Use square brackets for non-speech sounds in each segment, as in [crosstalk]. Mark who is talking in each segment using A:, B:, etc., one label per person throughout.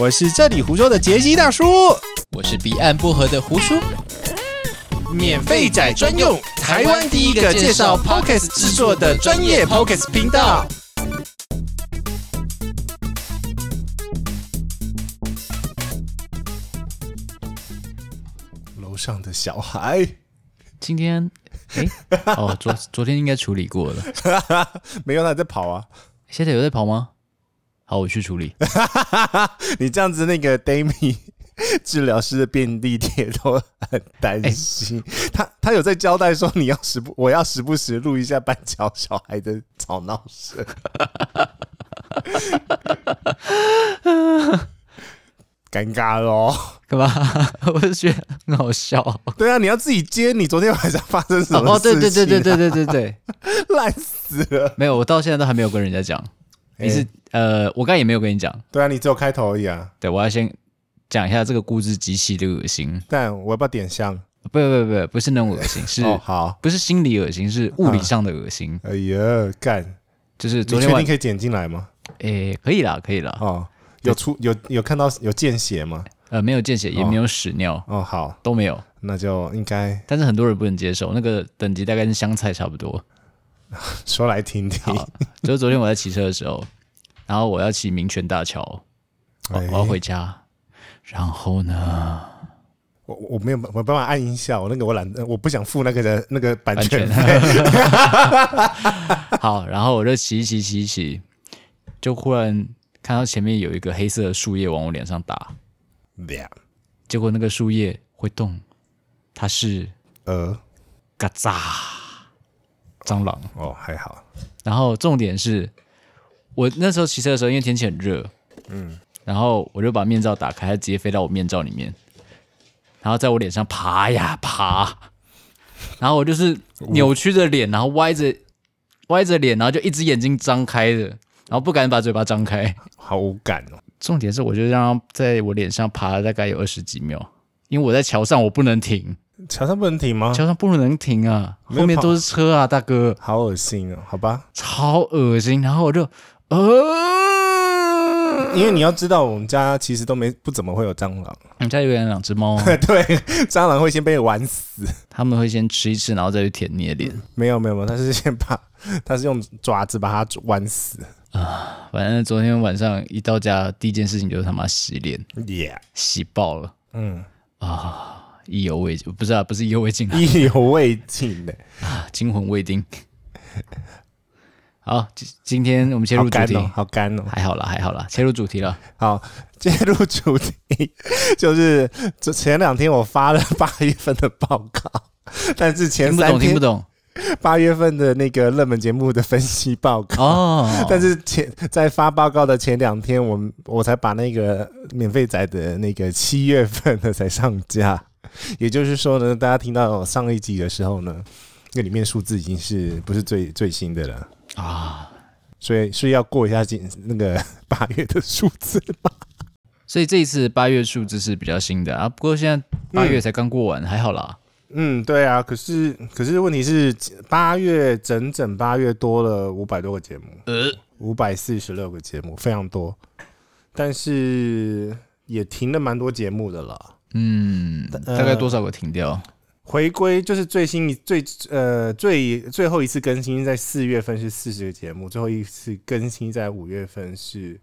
A: 我是这里胡说的杰西大叔，
B: 我是彼岸薄荷的胡叔，
A: 免费仔专用，台湾第一个介绍 Podcast 制作的专业 Podcast 频道。楼上的小孩，
B: 今天， [laughs] 哎、哦，昨昨天应该处理过了，
A: 没有他在跑啊！
B: 现在有在跑吗？好，我去处 [laughs] 理。
A: [laughs] 你这样子，那个 Dami 治疗师的便利贴都很担心。
B: 哎
A: 他他有在交代说，你要时不我要时不时录一下板桥小孩的吵闹
B: [laughs]
A: 声。尴尬咯。
B: 干嘛？我就觉得很好笑。
A: 对啊，你要自己接。你昨天晚上发生什么
B: 哦，
A: 事情、
B: 对对对对对，对对对，
A: 烂死了。哎
B: 没有，我到现在都还没有跟人家讲。你 [laughs] 是、呃，我刚才也没有跟你讲。
A: 对啊，你只有开头而已啊。
B: 对，我要先讲一下这个故事极其的恶心。
A: 但我要不要点香？
B: 不不不不，不是那种恶心，是、
A: 哦，好。
B: 不是心理恶心，是物理上的恶心。
A: 哎呀，干！
B: 就是
A: 你
B: 昨
A: 确
B: 天晚
A: 定，可以剪进来吗？
B: 诶、可以啦，可以啦。
A: 哦，有出有有看到有见血吗？
B: 呃，没有见血，也没有屎尿，
A: 哦，好，
B: 都没有。
A: 那就应该
B: 但是很多人不能接受，那个等级大概跟香菜差不多。 [laughs]
A: 说来听听。
B: 好，就是昨天我在骑车的时候，然后我要骑民权大桥，我
A: 哎
B: 我要回家，然后呢，
A: 我我没有我没办法按音效，我那个我懒，我不想付那个的那个版
B: 版
A: 权
B: 权
A: 费。
B: [laughs] 好，然后我就骑骑骑骑，就忽然看到前面有一个黑色的树叶往我脸上打，
A: [laughs] 两
B: 结果那个树叶会动，它是
A: 呃
B: 嘎扎蟑螂。
A: 哦还好，
B: 然后重点是我那时候骑车的时候，因为天气很热，嗯，然后我就把面罩打开，它直接飞到我面罩里面，然后在我脸上爬呀爬，然后我就是扭曲着脸，然后歪着歪着脸，然后就一只眼睛张开的，然后不敢把嘴巴张
A: [laughs]
B: 开。
A: 好无感哦。
B: 重点是，我就让它在我脸上爬了大概有二十几秒，因为我在桥上，我不能停，
A: 桥上不能停吗？
B: 桥上不能停啊，
A: 没有
B: 后面
A: 跑
B: 都是车啊，大哥。
A: 好恶心哦，好吧，
B: 超恶心，然后我就呃，
A: 因为你要知道，我们家其实都没不怎么会有蟑螂， [laughs]
B: 我们家有养两只猫啊，
A: 对，蟑螂会先被玩死。
B: 他们会先吃一吃，然后再去舔你的脸。
A: 没有没有没有，它是先把 [laughs] 它是用爪子把它玩死。
B: 反正昨天晚上一到家，第一件事情就是他妈洗脸， [laughs]
A: Yeah，
B: 洗爆了
A: 嗯，
B: 啊！意犹未尽，不是啊，不是意犹未尽啊， [laughs]
A: 意犹未尽的，
B: 惊魂未定。好，今今天我们切
A: 好
B: 入主
A: 干
B: 题，
A: 哦，好干哦。
B: 还好啦，还好啦，切入主
A: [laughs]
B: 题了。
A: 好，进入主题，就是这前两天我发了 [laughs] 八月份的报告，但是前
B: 听不
A: 三
B: 懂，听不
A: 天
B: 懂
A: 八月份的那个热门节目的分析报告。
B: 哦。
A: [laughs] 但是前在发报告的前两天，我们我才把那个免费仔的那个七月份的才上架，也就是说呢，大家听到上一集的时候呢，那里面数字已经是不是最最新的了
B: 啊，
A: 所以所以要过一下今那个八月的数字吧。
B: 所以这一次八月数字是比较新的啊，不过现在八月才刚过完，还好啦。
A: 嗯，对啊，可是可是问题是，八月整整八月多了五百多个节目，
B: 呃，
A: 五百四十六个节目，非常多，但是也停了蛮多节目的了。
B: 嗯，
A: 呃
B: 大概多少个停掉？
A: 回归就是最新一最呃最最后一次更新在四月份是四十个节目，最后一次更新在五月份是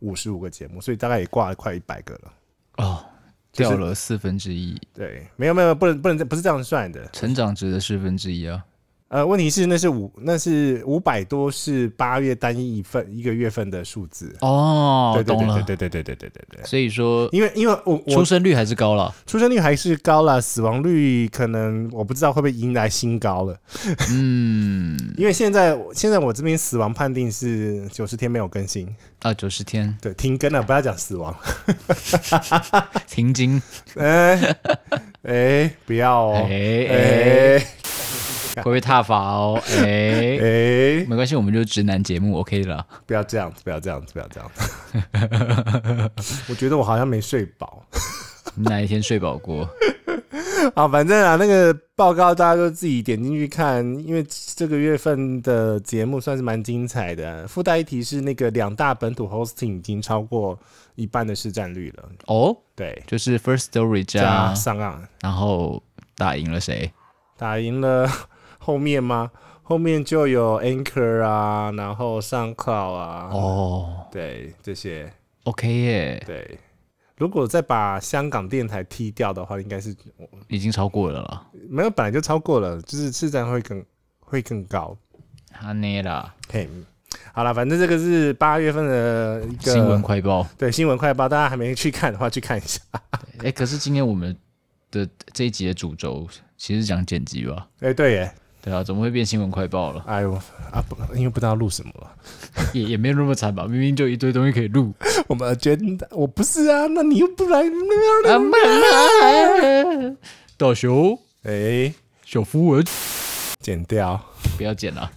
A: 五十五个节目，所以大概也挂了快一百个了。
B: 哦，
A: 就是
B: 掉了四分之一，
A: 对，没有没有，不能不能不是这样算的。
B: 成长值的四分之一啊。
A: 呃，问题是那是五那是五百多是八月单一一份一个月份的数字。
B: 哦
A: 对，对对
B: 懂了。
A: 对对对对对对对对。
B: 所以说
A: 因为因为我
B: 出
A: 我
B: 生率还是高了。
A: 出生率还是高了，死亡率可能我不知道会不会迎来新高了。 [laughs]
B: 嗯，
A: 因为现在我现在我这边死亡判定是九十天没有更新，
B: 啊，九十天
A: 对，停更了， [laughs] 不要讲死亡。
B: 停经。
A: 哎哎，不要哦，
B: 哎哎，
A: 哎
B: 会不会踏法哦？ [laughs] 哎，
A: 哎，
B: 没关系，我们就直男节目 OK 了。
A: 不要这样子，不要这样子，不要这样子。 [laughs] 我觉得我好像没睡饱。
B: 你哪一天睡饱过？
A: 好，反正啊，那个报告大家就自己点进去看，因为这个月份的节目算是蛮精彩的、附带一提是，那个两大本土 hosting 已经超过一半的市占率了。
B: [laughs] 哦，
A: 对，
B: 就是 First Story
A: 加
B: 加，
A: 上岸
B: 然后打赢了谁？
A: 打赢了后面吗？后面就有 Anchor 啊，然后上 Cloud 啊，
B: 哦
A: 对这些，
B: ，OK 耶，
A: 对。如果再把香港电台踢掉的话，应该是
B: 已经超过了啦，
A: 没有，本来就超过了，就是市占会更会更高。
B: 哈内啦，
A: 嘿，好了，反正这个是八月份的一个
B: 新闻快报。
A: 对新闻快报，大家还没去看的话，去看一下。 [laughs]
B: 哎、可是今天我们的这一集的主轴其实是讲剪辑吧？
A: 哎、对耶，
B: 对啊，怎么会变新闻快报了？
A: 哎呦啊，不，因为不知道录什么了，
B: 也也没有那么惨吧？明明就一堆东西可以
A: [laughs]
B: 录。
A: 我们觉得我不是啊，那你又不来，
B: 啊妈妈大雄、
A: 哎、
B: 小夫文，
A: 剪掉。
B: 不要剪了。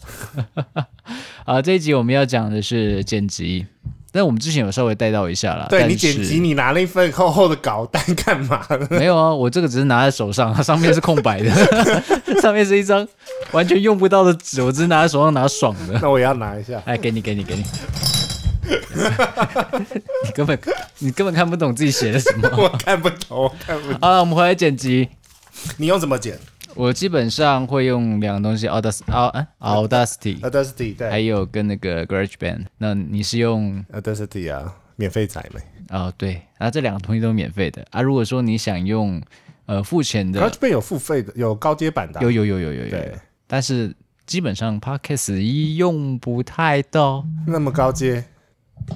B: [laughs] 啊，这一集我们要讲的是剪辑，但我们之前有稍微带到一下啦。
A: 对
B: 但
A: 你
B: 是
A: 剪辑，你拿了一份厚厚的稿单干嘛 [laughs] 呢？
B: 没有啊，我这个只是拿在手上，它上面是空白的， [laughs] 上面是一张完全用不到的纸，我只是拿在手上拿爽的。
A: 那我也要拿一 [laughs] 下。
B: 哎，给你，给你，给你。 [laughs] 你根本你根本看不懂自己写的什
A: [laughs]
B: 么。
A: 我看不懂，我看不懂。
B: 好了，我们回来剪辑。
A: 你用怎么剪
B: 我基本上会用两个东西，Audacity，啊啊 Audacity，
A: ？Audacity
B: 还
A: 呃对
B: 有跟那个 GarageBand。那你是用
A: Audacity 啊，免费载没
B: 哦对，啊这两个东西都是免费的啊。如果说你想用呃付钱的，
A: ？GarageBand 有付费的，有高阶版的啊、
B: 有有有有有有
A: 对
B: 有，但是基本上 Podcast 一用不太到，
A: 那么高阶。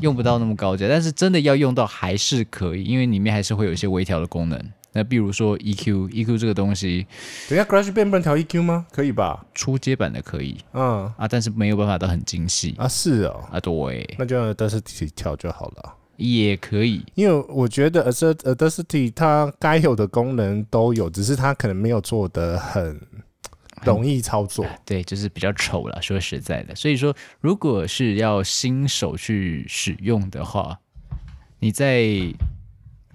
B: 用不到那么高阶，但是真的要用到还是可以，因为里面还是会有一些微调的功能。那比如说 E EQ，EQ 这个东西
A: 等一下 GarageBand 不能调 EQ 吗？可以吧？
B: 初阶版的可以
A: 嗯
B: 啊，但是没有办法到很精细
A: 啊，是哦，
B: 啊，对，
A: 那就用 Audacity 调就好了。
B: 也可以。
A: 因为我觉得 Aud- Audacity 它该有的功能都有，只是它可能没有做的很容易操作。
B: 对，就是比较丑了，说实在的。所以说，如果是要新手去使用的话，你在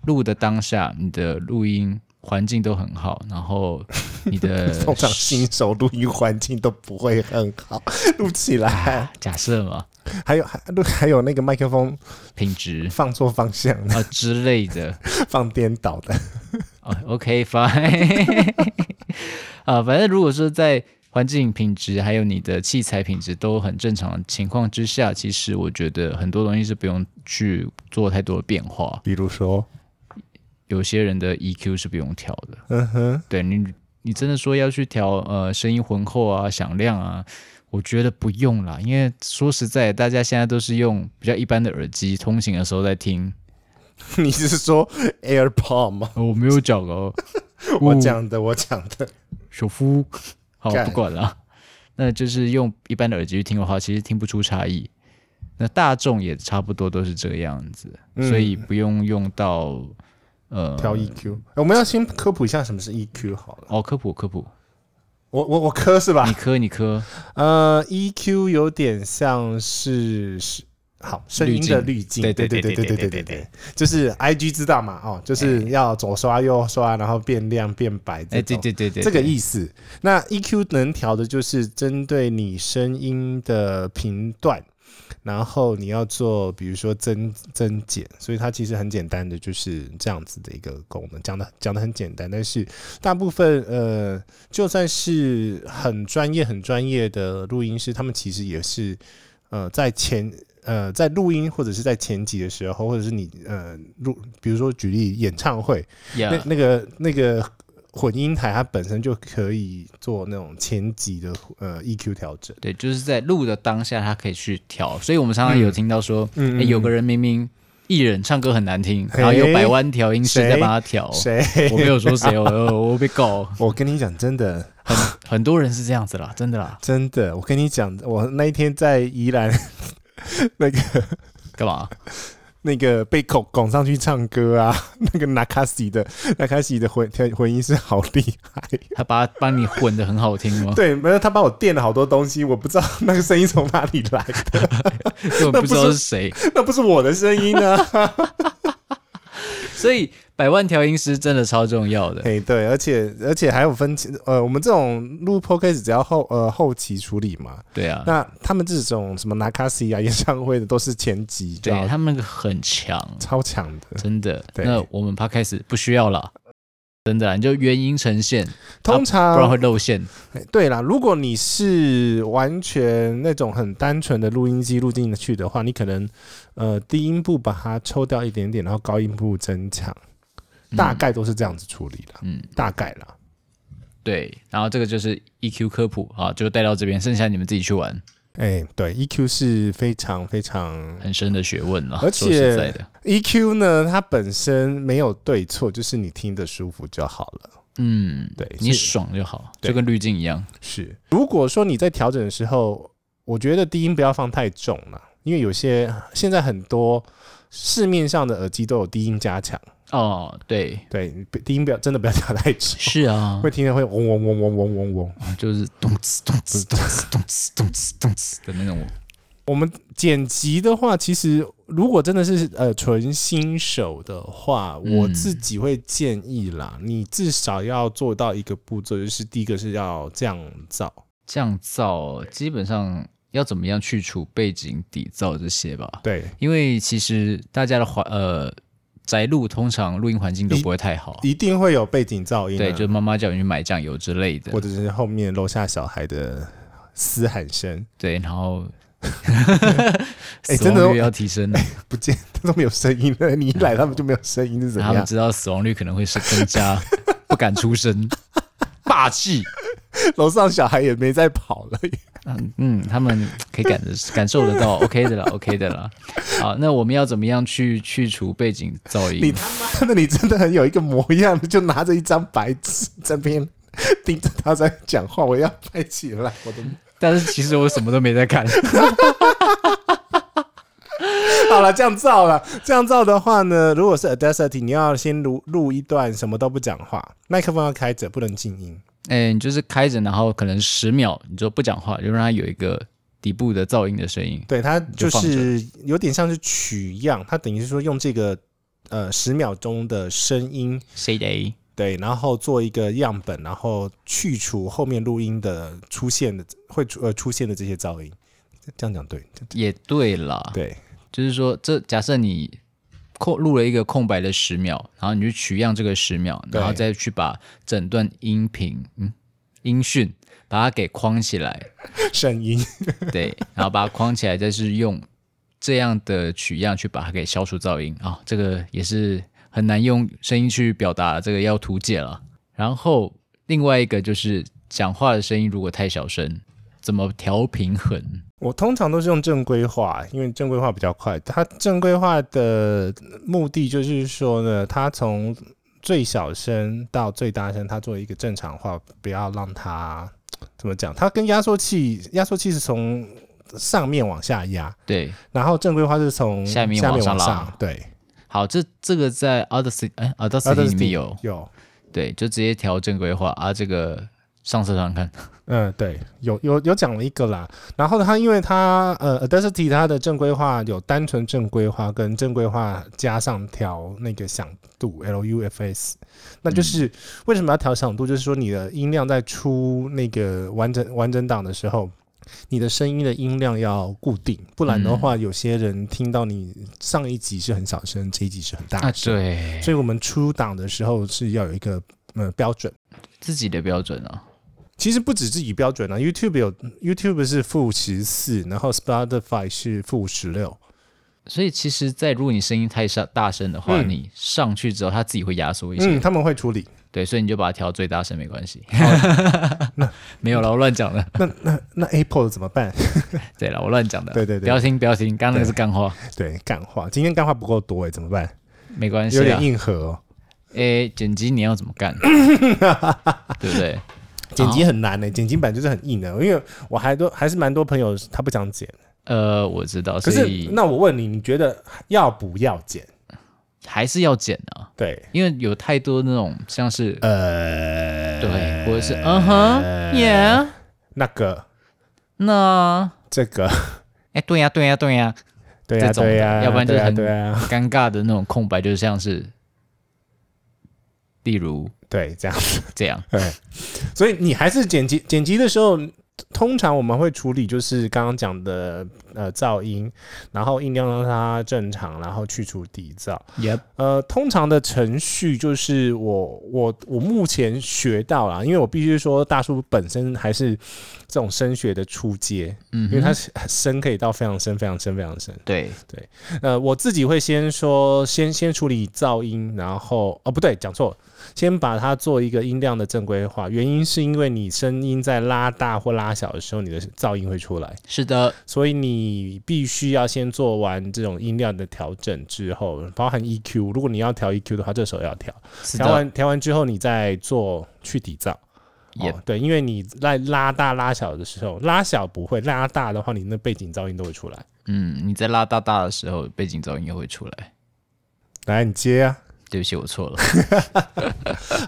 B: 录的当下，你的录音环境都很好，然后你
A: 通
B: 的
A: 常新手录音环境都不会很好，录起来
B: 假设嘛，
A: 还有还录还有那个麦克风
B: 品质
A: 放错方向、 [laughs]
B: 啊、之类的。
A: 放颠倒的。
B: 哦，OK，fine、啊，反正如果说在环境品质还有你的器材品质都很正常的情况之下，其实我觉得很多东西是不用去做太多的变化。
A: 比如说，
B: 有些人的 EQ 是不用调的。
A: 嗯哼，
B: 对你，你真的说要去调呃声音浑厚啊、响亮啊，我觉得不用啦，因为说实在，大家现在都是用比较一般的耳机通行的时候在听。
A: 你是说 AirPod 吗？
B: 呃我没有讲哦，
A: 我
B: 哦
A: 讲的，我讲的。[laughs]
B: 首夫，好
A: 干
B: 不管了，那就是用一般的耳机去听的话，其实听不出差异。那大众也差不多都是这样子，所以不用用到呃
A: 嗯调 EQ，、我 E 们要先科普一下什么是 EQ 好了。
B: 哦科普科普，
A: 我我我科是吧
B: 你？科你科
A: 呃，EQ 有点像是是好声音的滤镜，
B: 对
A: 对
B: 对
A: 对对
B: 对
A: 对对
B: 对对对
A: 对
B: 对
A: 对，就是 IG 知道嘛？哦，就是要左刷右刷，然后变亮变白 [laughs] 这
B: 哎对
A: 种。
B: 对对对
A: 这个
B: 对
A: 意思。那 EQ 能调的就是针对你声音的频段，然后你要做比如说增增减，所以它其实很简单的就是这样子的一个功能，讲的讲的很简单，但是大部分呃，就算是很专业很专业的录音师，他们其实也是呃在前。呃，在录音或者是在前集的时候，或者是你呃录，比如说举例演唱会，那
B: Yeah
A: 那个那个混音台，它本身就可以做那种前级的呃 EQ 调整。
B: 对，就是在录的当下，他可以去调。所以我们常常有听到说，
A: 嗯嗯
B: 诶
A: 嗯
B: 有个人明明艺人唱歌很难听，
A: 嘿
B: 然后有百万调音师
A: 谁
B: 在帮他调。
A: [laughs] 谁？
B: 我没有说谁哦，呃我 [laughs] 被告。
A: 我跟你讲，真的，
B: 很很多人是这样子啦，真的啦。
A: 真的，我跟你讲，我那一天在宜兰那个
B: 干嘛？
A: 那个被拱拱上去唱歌啊， [laughs] 那个 Nakasi 的 Nakasi 的混调混音师好厉害， [laughs]
B: 他把帮你混的很好听哦吗？
A: 对，没有他帮我垫了好多东西，我不知道那个声音从哪里来 [laughs] 的，
B: [laughs] 根本不知道是谁。
A: 那不是我的声音啊。
B: 所以百万调音师真的超重要的。
A: 嘿，对，而且而且还有分期，呃，我们这种录 podcast 只要后呃后期处理嘛，
B: 对啊，
A: 那他们这种什么拿卡西啊演唱会的都是前集，
B: 对他们那个很强，
A: 超强啊的。
B: 真的。
A: 对
B: 那我们 p 开始不需要了，真的啦，你就原音呈现，
A: 通
B: 不然
A: 常哎
B: 会露馅。
A: 对啦，如果你是完全那种很单纯的录音机录进去的话，你可能呃低音部把它抽掉一点点，然后高音部增强，
B: 嗯
A: 大概都是这样子处理的，
B: 嗯，
A: 大概啦。
B: 对。然后这个就是 EQ 科普啊，就带到这边，剩下你们自己去玩，
A: 哎、对，EQ 是非常非常
B: 很深的学问了。
A: 而且
B: 说实在的，
A: EQ 呢，它本身没有对错，就是你听得舒服就好了。
B: 嗯，
A: 对
B: 你
A: 是
B: 爽就好，
A: 对
B: 就跟滤镜一样。
A: 是，如果说你在调整的时候，我觉得低音不要放太重了，因为有些现在很多市面上的耳机都有低音加强，
B: 哦，对，
A: 对，低音不要真的不要调太重，
B: 是啊，
A: 会听着会嗡嗡嗡嗡嗡嗡嗡。
B: 就是咚哧咚哧咚哧咚哧咚哧咚哧的那种。
A: 我们剪辑的话，其实如果真的是呃纯新手的话，
B: 嗯
A: 我自己会建议啦，你至少要做到一个步骤，就是第一个是要降噪。
B: 降噪基本上要怎么样去除背景底噪这些吧？
A: 对，
B: 因为其实大家的环呃宅录通常录音环境都不会太好，
A: 一定会有背景噪音、啊，
B: 对，就妈妈叫你去买酱油之类的
A: 或，者是后面楼下小孩的嘶喊声， [laughs]
B: 对，然后
A: 哎
B: 死
A: 真的
B: 亡
A: 哦
B: 率要提
A: [laughs]
B: 升了，
A: 不见都没有声音了，你一来他们就没有声音是怎
B: 然后他们
A: 样？
B: 知道死亡率可能会是更加 [laughs] 不敢出声，霸气。
A: 楼上小孩也没在跑了，
B: 嗯嗯，他们可以感得感受得到，OK 的啦，OK 的啦。好，那我们要怎么样去去除背景噪
A: 你 [laughs]
B: 音？
A: 他妈的，你真的很有一个模样，就拿着一张白纸这边 [laughs] 盯着他在讲话，我要拍起来，我的
B: 但是其实我什么都没在看。
A: [laughs] 好了，降噪了。降噪的话呢，如果是 Audacity，你要先录录一段什么都不讲话，麦克风要开着，不能静音。
B: [laughs] 哎、你就是开着，然后可能十秒你就不讲话，就让它有一个底部的噪音的声音。
A: 对，它就
B: 就放着
A: 是有点像是取样，它等于是说用这个呃十秒钟的声音，
B: 谁的？
A: 对，然后做一个样本，然后去除后面录音的出现的会出呃出现的这些噪音。这样讲对，这
B: 也对啦，
A: 对， [laughs]
B: 就是说，这假设你空录了一个空白的十秒，然后你就取样这个十秒，
A: 对
B: 然后再去把整段音频，嗯，音讯把它给框起来，
A: 声音
B: [laughs] 对，然后把它框起来，再是用这样的取样去把它给消除噪音啊、这个也是很难用声音去表达，这个要图解了。然后另外一个就是讲话的声音如果太小声，怎么调平衡？
A: 我通常都是用正规化，因为正规化比较快。它正规化的目的就是说呢，它从最小声到最大声，它做一个正常化，不要让它怎么讲？它跟压缩器，压缩器是从上面往下压，
B: 对，
A: 然后正规化是从
B: 下面
A: 往
B: 往上拉
A: 上。对，
B: 好，这这个在 Odyssey 哎 Odyssey 里面有，
A: 有，
B: 对，就直接调正规化啊，这个上色上看，
A: 嗯，对，有有有讲了一个啦。然后它因为它呃，Audacity 它的正规化有单纯正规化跟正规化加上调那个响度 LUFS，那就是为什么要调响度？就是说你的音量在出那个完整完整档的时候。你的声音的音量要固定，不然的
B: 嗯
A: 话，有些人听到你上一集是很小声，这一集是很大
B: 啊，
A: 声。
B: 对
A: 所以我们出档的时候是要有一个呃标准。
B: 自己的标准啊，
A: 其实不止自己标准啊，YouTube 有 YouTube 是负十四，然后 Spotify 是负十六。
B: 所以其实，在如果你声音太上大声的话，
A: 嗯
B: 你上去之后，它自己会压缩一些。
A: 嗯，他们会处理。
B: 对，所以你就把它调最大声没关系。 [laughs] 没有了，我乱讲的。
A: 哦那那那 Apple 怎么办？ [laughs]
B: 对了，我乱讲的。
A: 对对对
B: 不要听，不要听，刚刚那个是干话，
A: 对，干话，今天干话不够多哎、怎么办？
B: 没关系
A: 有
B: 啊
A: 点。硬核哦，
B: 诶，剪辑你要怎么
A: [laughs]
B: 干？对不对？
A: 剪辑很难哎、剪辑版就是很硬的，因为我还多还是蛮多朋友他不想剪。
B: 呃，我知道，
A: 可
B: 所
A: 是
B: 以
A: 那我问你，你觉得要不要剪？
B: 还是要剪啊，
A: 对，
B: 因为有太多那种像是
A: 呃，
B: 对，或者是嗯哼，yeah，
A: 那个
B: 呃那
A: 这个，
B: 哎，对呀，对呀，对呀，
A: 对呀、
B: 这种的
A: 对呀、
B: 要不然就是
A: 对呀
B: 很
A: 对呀、
B: 尴尬的那种空白，就像是例如
A: 对，这样子。
B: 这样，
A: 所以你还是剪辑剪辑的时候，通常我们会处理就是刚刚讲的呃噪音，然后音量让它正常，然后去除底噪。
B: 也
A: 呃，通常的程序就是我我我目前学到了，因为我必须说大叔本身还是这种声学的初阶，
B: 嗯哼，
A: 因为他是深可以到非常深、非常深、非常深。
B: 对
A: 呃，我自己会先说，先先处理噪音，然后哦不对，讲错了，先把它做一个音量的正规化。原因是因为你声音在拉大或拉小的时候，你的噪音会出来，
B: 是的，
A: 所以你必须要先做完这种音量的调整之后，包含 EQ，如果你要调 EQ 的话，这时候要调。
B: 是
A: 调
B: 的，
A: 完调完之后，你再做去底噪。
B: 也
A: 哦，对，因为你在拉大拉小的时候，拉小不会，拉大的话，你那背景噪音都会出来。
B: 嗯，你在拉大大的时候，背景噪音也会出来。
A: 来，你接啊。
B: 对不起，我错了。 [laughs]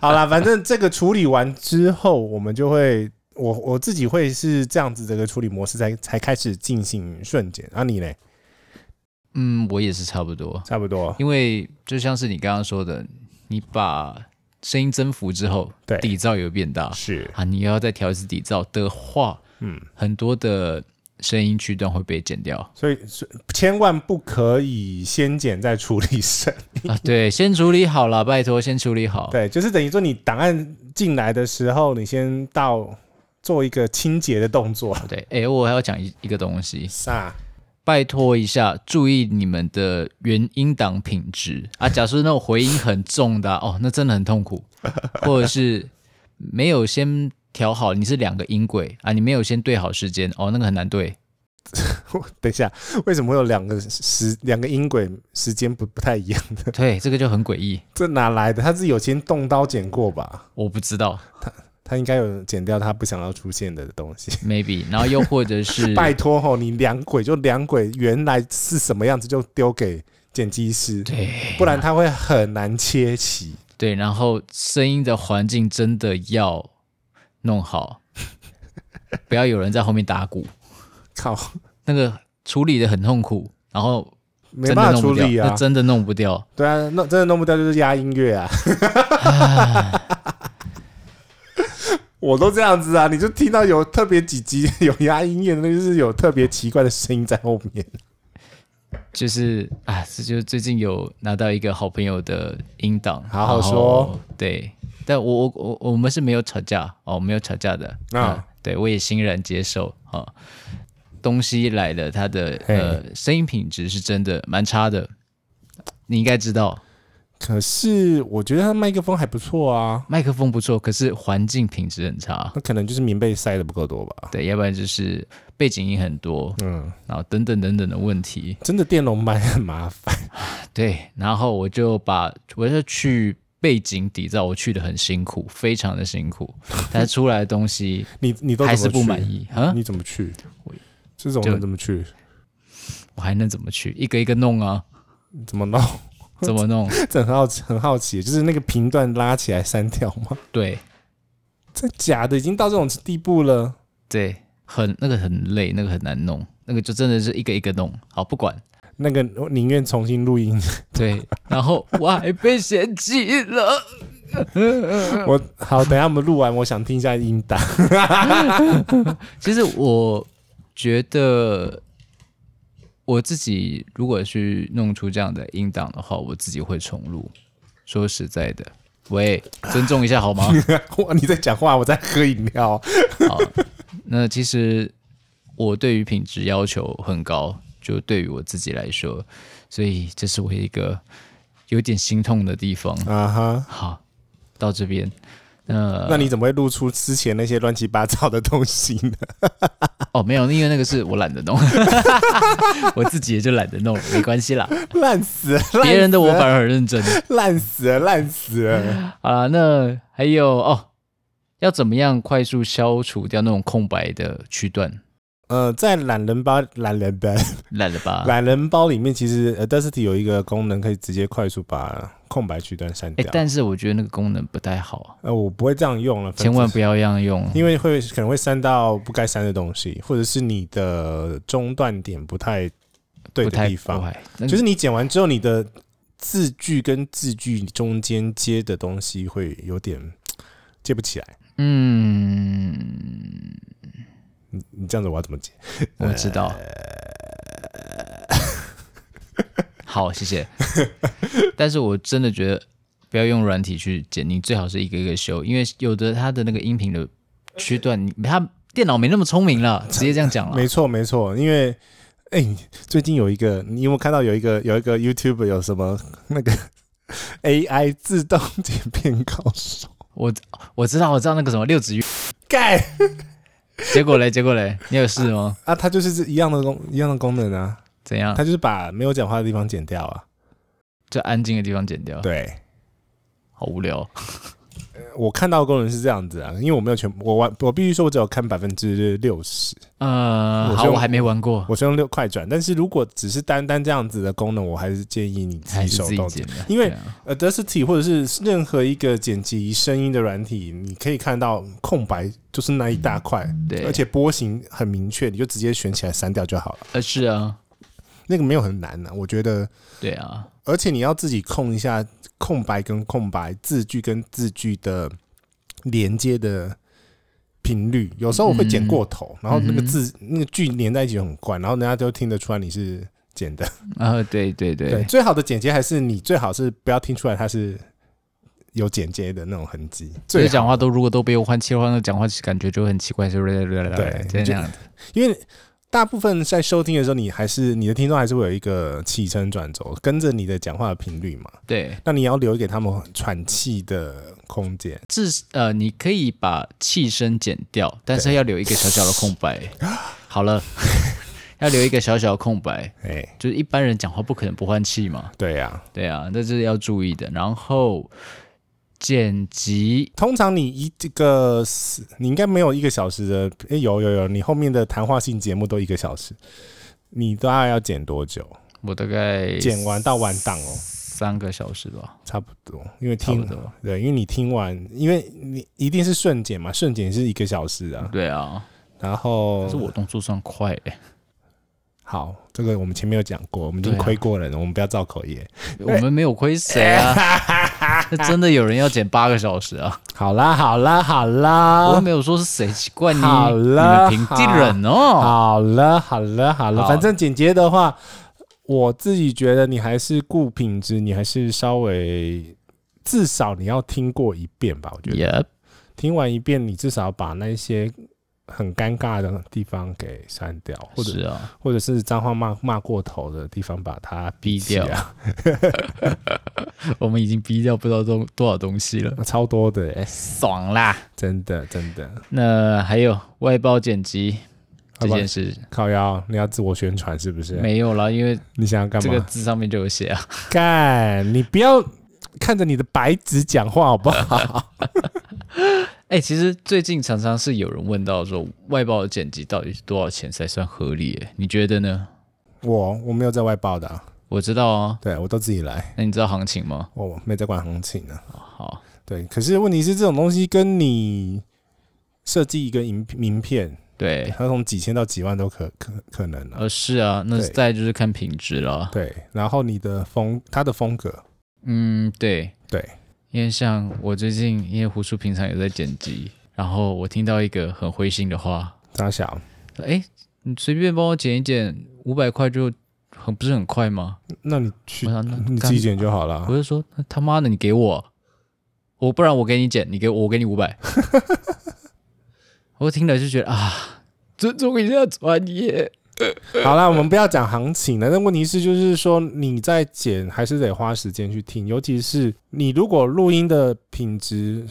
A: 好啦，反正这个处理完之后，我们就会，我我自己会是这样子的一个处理模式才才开始进行瞬间。啊，你嘞，
B: 嗯，我也是差不多，
A: 差不多，
B: 因为就像是你刚刚说的，你把声音增幅之后，
A: 对
B: 底噪也会变大
A: 是，
B: 啊。你又要再调一次底噪的话，
A: 嗯，
B: 很多的声音区段会被剪掉
A: 所以所以千万不可以先剪再处理声。
B: 啊。对，先处理好了，拜托，先处理好。
A: 对，就是等于说你档案进来的时候，你先到做一个清洁的动作。啊
B: 对，哎、我还要讲一一个东西，
A: 啥？
B: 拜托一下，注意你们的原音档品质啊！假设那种回音很重的啊、哦，那真的很
A: [laughs]
B: 痛苦，或者是没有先调好，你是两个音轨啊，你没有先对好时间哦，那个很
A: [laughs]
B: 难对。
A: 等一下，为什么会有两个时两个音轨时间不不太一样？
B: 对，这个就很诡异，
A: 这哪来的？他是有先动刀剪过吧？
B: 我不知道
A: 他应该有剪掉他不想要出现的东西。
B: ，maybe。然后又或者是
A: [laughs] 拜托吼，你两轨就两轨，原来是什么样子就丢给剪辑师，
B: 对啊
A: 不然他会很难切齐。
B: 对，然后声音的环境真的要弄
A: [laughs]
B: 好，不要有人在后面打鼓，
A: 靠，
B: 那个处理的很痛苦，然后
A: 没
B: 真
A: 办法
B: 的弄
A: 处
B: 不掉，
A: 理
B: 那
A: 啊！
B: 真的弄不掉。
A: 对啊，弄真的弄不掉就是压音乐啊。 [laughs] 我都这样子啊，你就听到有特别几集有压音乐，那就是有特别奇怪的声音在后面。
B: 就是啊，这就是最近有拿到一个好朋友的音档，
A: 好好
B: 然后
A: 说。
B: 对，但我我我我们是没有吵架哦，没有吵架的
A: 啊
B: 对我也欣然接受啊、哦。东西来了，它的
A: 嘿
B: 呃声音品质是真的蛮差的，你应该知道，
A: 可是我觉得他麦克风还不错啊，
B: 麦克风不错，可是环境品质很差。
A: 那可能就是棉被塞的不够多吧。
B: 对，要不然就是背景音很多，
A: 嗯，
B: 然后等等等等的问题。
A: 真的电容麦很麻烦。
B: 对，然后我就把我就去背景底噪，我去的很辛苦，非常的
A: [laughs]
B: 辛苦，但是出来的东西
A: 你你 [laughs] 都怎么
B: 还是不
A: 去
B: 满意
A: [laughs]
B: 啊！
A: 你怎么去
B: 我？
A: 这种
B: 就
A: 人怎么去？
B: 我还能怎么去？一个一个弄啊，
A: 怎么弄？
B: 怎么弄？
A: [laughs] 这很好奇，很好奇，就是那个频段拉起来删掉吗？ [laughs]
B: 对
A: 这假的已经到这种地步了，
B: 对，很那个很累，那个很难弄，那个就真的是一个一个弄。好，不管
A: 那个我宁愿重新录音。
B: 对，然后我还被嫌弃了。嗯
A: 我好，等一下我们录完，我想听一下音档。 [laughs]
B: 其实我觉得我自己如果去弄出这样的音档的话，我自己会重录。说实在的，喂，尊重一下好吗？
A: [laughs] 哇，你在讲话，我在喝饮料。
B: 好，那其实我对于品质要求很高，就对于我自己来说，所以这是我一个有点心痛的地方。
A: 啊哈，
B: 好，到这边，呃那
A: 那你怎么会录出之前那些乱七八糟的东西呢？ [laughs]
B: 哦，没有，因为那个是我懒得弄， [laughs] 我自己也就懒得弄，没关系啦。
A: [laughs] 烂死了，
B: 别人的我反
A: 烂
B: 而很认真。
A: 死了烂死了，烂死了。
B: 好啦，那还有哦，要怎么样快速消除掉那种空白的区段？
A: 呃，在懒人包，懒人包。
B: 来了吧？
A: 懒人包里面其实 Audacity 有一个功能，可以直接快速把空白区段删
B: 哎、
A: 掉。
B: 但是我觉得那个功能不太好，啊
A: 呃，我不会这样用了，反
B: 千
A: 正
B: 万不要这样用。
A: 因为会可能会删到不该删的东西，或者是你的中断点不太对
B: 不
A: 的
B: 太
A: 地方。
B: 快，那个
A: 就是你剪完之后，你的字句跟字句中间接的东西会有点接不起来。
B: 嗯，
A: 你你这样子我要怎么接？
B: 我知道。
A: 呃
B: 好，谢谢。但是我真的觉得不要用软体去剪，你最好是一个一个修，因为有的它的那个音频的区段，你它电脑没那么聪明
A: [laughs]
B: 了，直接这样讲了。
A: 没错没错，因为哎、你最近有一个，你有没有看到有一个有一个 YouTube 有什么那个 [laughs] AI 自动剪片高手？
B: 我我知道，我知道那个什么六子玉，
A: 盖
B: [laughs] 结果嘞，结果嘞，你有事吗？
A: 啊，它就是一样的功一样的功能啊，
B: 怎样
A: 它？就是把没有讲话的地方剪掉啊。
B: 就安静的地方剪掉，
A: 对，
B: 好无聊。
A: 我看到的功能是这样子啊，因为我没有全我玩，我必须说我只有看百分之六十，
B: 呃，
A: 我
B: 好，
A: 就
B: 我还没玩过，
A: 我是用六快转。但是如果只是单单这样子的功能，我还是建议你自
B: 还
A: 己
B: 是
A: 手
B: 自己
A: 动
B: 剪的，
A: 因为
B: 对啊
A: Audacity 或者是任何一个剪辑声音的软体，你可以看到空白就是那一大块，
B: 嗯对，啊
A: 而且波形很明确，你就直接选起来删掉就好了。
B: 呃是啊，
A: 那个没有很难啊，我觉得。
B: 对啊，
A: 而且你要自己控一下空白跟空白、字句跟字句的连接的频率，有时候我会剪过头，然后那个字、那个句连在一起就很怪，然后人家就听得出来你是剪的。
B: 呃，对对对，
A: 对，最好的剪接还是你最好是不要听出来它是有剪接的那种痕迹。
B: 所
A: 最
B: 以
A: 好
B: 讲话都如果都被我换切换，那讲话感觉就会很奇怪，是不是？
A: 对
B: 这样子。
A: 因为大部分在收听的时候，你还是你的听众还是会有一个起承转轴，跟着你的讲话的频率嘛。
B: 对，
A: 那你要留给他们喘气的空间。
B: 至呃，你可以把气声剪掉，但是要留一个小小的空
A: [laughs]
B: 白。好了， [laughs] 要留一个小小的空白，
A: 哎、
B: 就是一般人讲话不可能不换气嘛。
A: 对呀、
B: 对啊，这是要注意的。然后剪辑，
A: 通常你一这个是你应该没有一个小时的，诶，有有有，你后面的谈话性节目都一个小时，你大概要剪多久？
B: 我大概
A: 剪完到完档哦，
B: 三个小时吧，
A: 差不多，因为
B: 差不
A: 听
B: 多。
A: 对，因为你听完，因为你一定是瞬剪嘛，瞬剪是一个小时啊，
B: 对啊，
A: 然后
B: 可是我动作算快欸的、
A: [laughs] 好，这个我们前面有讲过，我们已经
B: 对啊
A: 亏过人了，我们不要造口业。
B: 我们没有亏谁啊，
A: [laughs]
B: 那真的有人要剪八个小时啊！
A: 好啦，好啦，好
B: 我又
A: 啦，
B: 没有说是谁，奇怪你，
A: 啊好
B: 你
A: 了
B: 们平地人哦。
A: 好了，好了，好了，
B: 好
A: 反正简洁的话，我自己觉得你还是顾品质，你还是稍微至少你要听过一遍吧。我觉得
B: Yep，
A: 听完一遍，你至少把那些很尴尬的地方给删掉，或者
B: 是啊，
A: 或者是脏话骂骂过头的地方把它逼起来
B: 逼
A: [laughs]
B: 我们已经逼掉不知道多多少东西了，
A: 超多的、欸，
B: 爽啦！
A: 真的真的。
B: 那还有外包剪辑这件事
A: 靠腰，你要自我宣传是不是？
B: 没有啦，因为
A: 你想啊要干
B: 这
A: 嘛
B: 个？字上面就有写啊。
A: 干、你不要看着你的白纸讲话好不
B: [laughs]
A: 好？
B: 哎、其实最近常常是有人问到说，外包的剪辑到底是多少钱才算合理、欸？你觉得呢？
A: 我我没有在外报的、啊，
B: 我知道啊，
A: 对我都自己来，
B: 那你知道行情吗？
A: 我没在管行情呢、啊。
B: 好，
A: 对，可是问题是这种东西跟你设计一个名名片，
B: 对，
A: 它从几千到几万都可可可能啊。
B: 呃，是啊，那
A: 对
B: 再就是看品质了。
A: 对，然后你的风，它的风格，
B: 嗯，对
A: 对，
B: 因为像我最近，因为胡叔平常有在剪辑，然后我听到一个很灰心的话，
A: 大小，
B: 哎，你随便帮我剪一剪，五百块就很不是很快吗？
A: 那你去
B: 我想那
A: 嗯你自己剪就好了
B: 我。就说那他妈的你给我，我不然我给你剪，你给我我给你五百。 [laughs] 我听了就觉得啊，尊重一下专业。
A: 好啦，我们不要讲行情了。但问题是，就是说你在剪还是得花时间去听，尤其是你如果录音的品质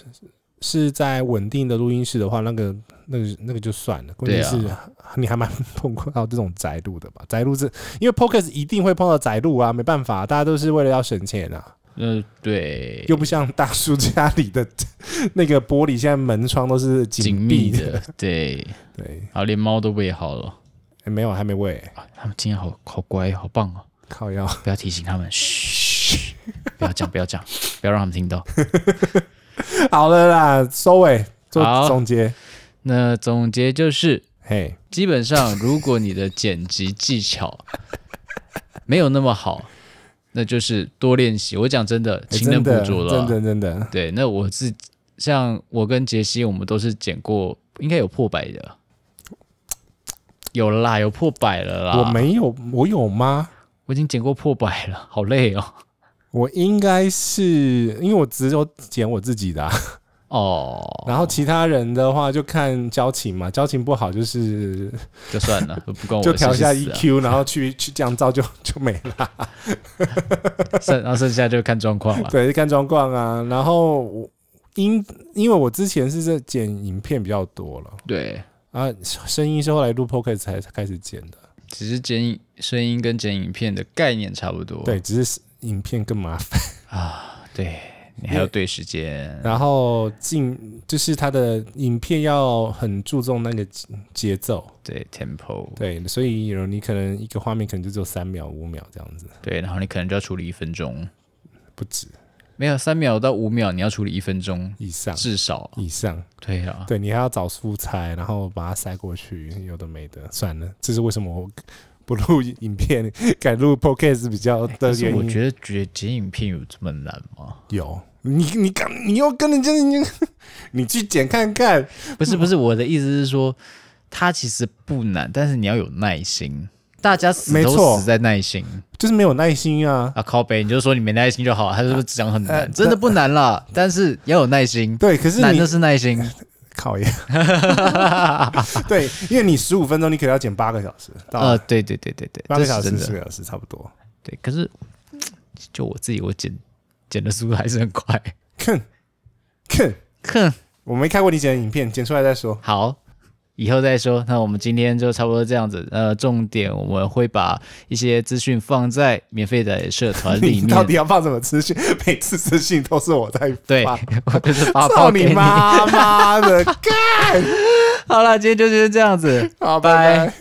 A: 是在稳定的录音室的话，那个、那个、那个就算了。关
B: 对
A: 键
B: 啊
A: 是、你还蛮碰到这种宅录的吧？宅录是因为 Podcast 一定会碰到宅录啊，没办法，大家都是为了要省钱啊，
B: 嗯、对，
A: 又不像大叔家里的 [laughs] 那个玻璃，现在门窗都是
B: 紧
A: 紧
B: 密
A: 闭的。
B: 的，对，
A: 对，
B: 然后连猫都喂好了。
A: 诶没有，还没喂，
B: 啊，他们今天好好乖，好棒哦！
A: 靠腰。
B: 不要提醒他们，嘘，不要讲，不要讲，不要让他们听到。
A: [laughs] 好了啦，收尾做
B: 好
A: 总结，
B: 那总结就是，
A: 嘿。
B: 基
A: [laughs]
B: 本上如果你的剪辑技巧没有那么好，那就是多练习。我讲真的，
A: 哎
B: 勤能补
A: 真的
B: 拙了啊、
A: 真的真的，
B: 对，那我是像我跟杰西，我们都是剪过，应该有破百的，有了啦，有破百了啦。
A: 我，没有，我有吗？
B: 我已经剪过破百了，好累哦。
A: 我应该是因为我只有剪我自己的啊、
B: 哦，
A: 然后其他人的话就看交情嘛，交情不好就是
B: 就
A: [laughs]
B: 算了，不关我
A: 就
B: 的事、
A: 调一下 E
B: 去死啊
A: EQ，然后去去降噪就就没了。
B: 剩然后剩下就看状况了。
A: 对，看状况啊。然后我因因为我之前是在剪影片比较多了
B: 对，
A: 啊，声音是后来录 podcast 才才开始剪的。
B: 只是剪影声音跟剪影片的概念差不多。
A: 对，只是影片更麻烦。
B: 对，你还要对时间。
A: 然后进就是它的影片要很注重那个节节奏，
B: 对 tempo，
A: 对，所以有你可能一个画面可能就只有三秒、五秒这样子，
B: 对，然后你可能就要处理一分钟，
A: 不止
B: 没有三秒到五秒，你要处理一分钟
A: 以上
B: 至少。
A: 以上。
B: 对啊，
A: 对你还要找素材，然后把它塞过去，有的没的，算了。这是为什么我不录影 [laughs] 片，改录 podcast 比较的
B: 但哎是
A: 原因。
B: 我觉得觉得剪影片有这么难吗？
A: 有你，你敢，你又跟人家，你 [laughs] 你去剪看看。
B: 不是不是，我的意思是说，它其实不难，但是你要有耐心。大家死
A: 没
B: 都
A: 错
B: 死在耐心
A: 就是没有耐心啊。
B: 啊！靠背，你就说你没耐心就好，他是不是讲很难？真的不难啦，但是要有耐心，
A: 哎对，可是
B: 难
A: 你
B: 的是耐心。
A: 考验， [laughs] 对，因为你十五分钟，你可能要剪八个小时，到
B: 呃，对对对对对，
A: 八
B: 这
A: 个
B: 是
A: 小时、
B: 真
A: 十
B: 的
A: 个小时差不多。
B: 对。可是就我自己，我剪剪的速度还是很快。 [laughs]
A: 看，看，
B: 哼，
A: 我没看过你剪的影片，剪出来再说。
B: 好，以后再说。那我们今天就差不多这样子。呃，重点我们会把一些资讯放在免费的社团
A: [laughs]
B: 里
A: 你到底
B: 面。
A: 要放什么资讯？ [laughs] 每次资讯都是我在
B: 对，
A: 发。
B: 我就是发
A: 操
B: 报给
A: 你
B: 你。
A: 妈妈的！
B: [laughs] 好了，今天就先这样子，
A: 好，
B: 拜
A: 拜拜。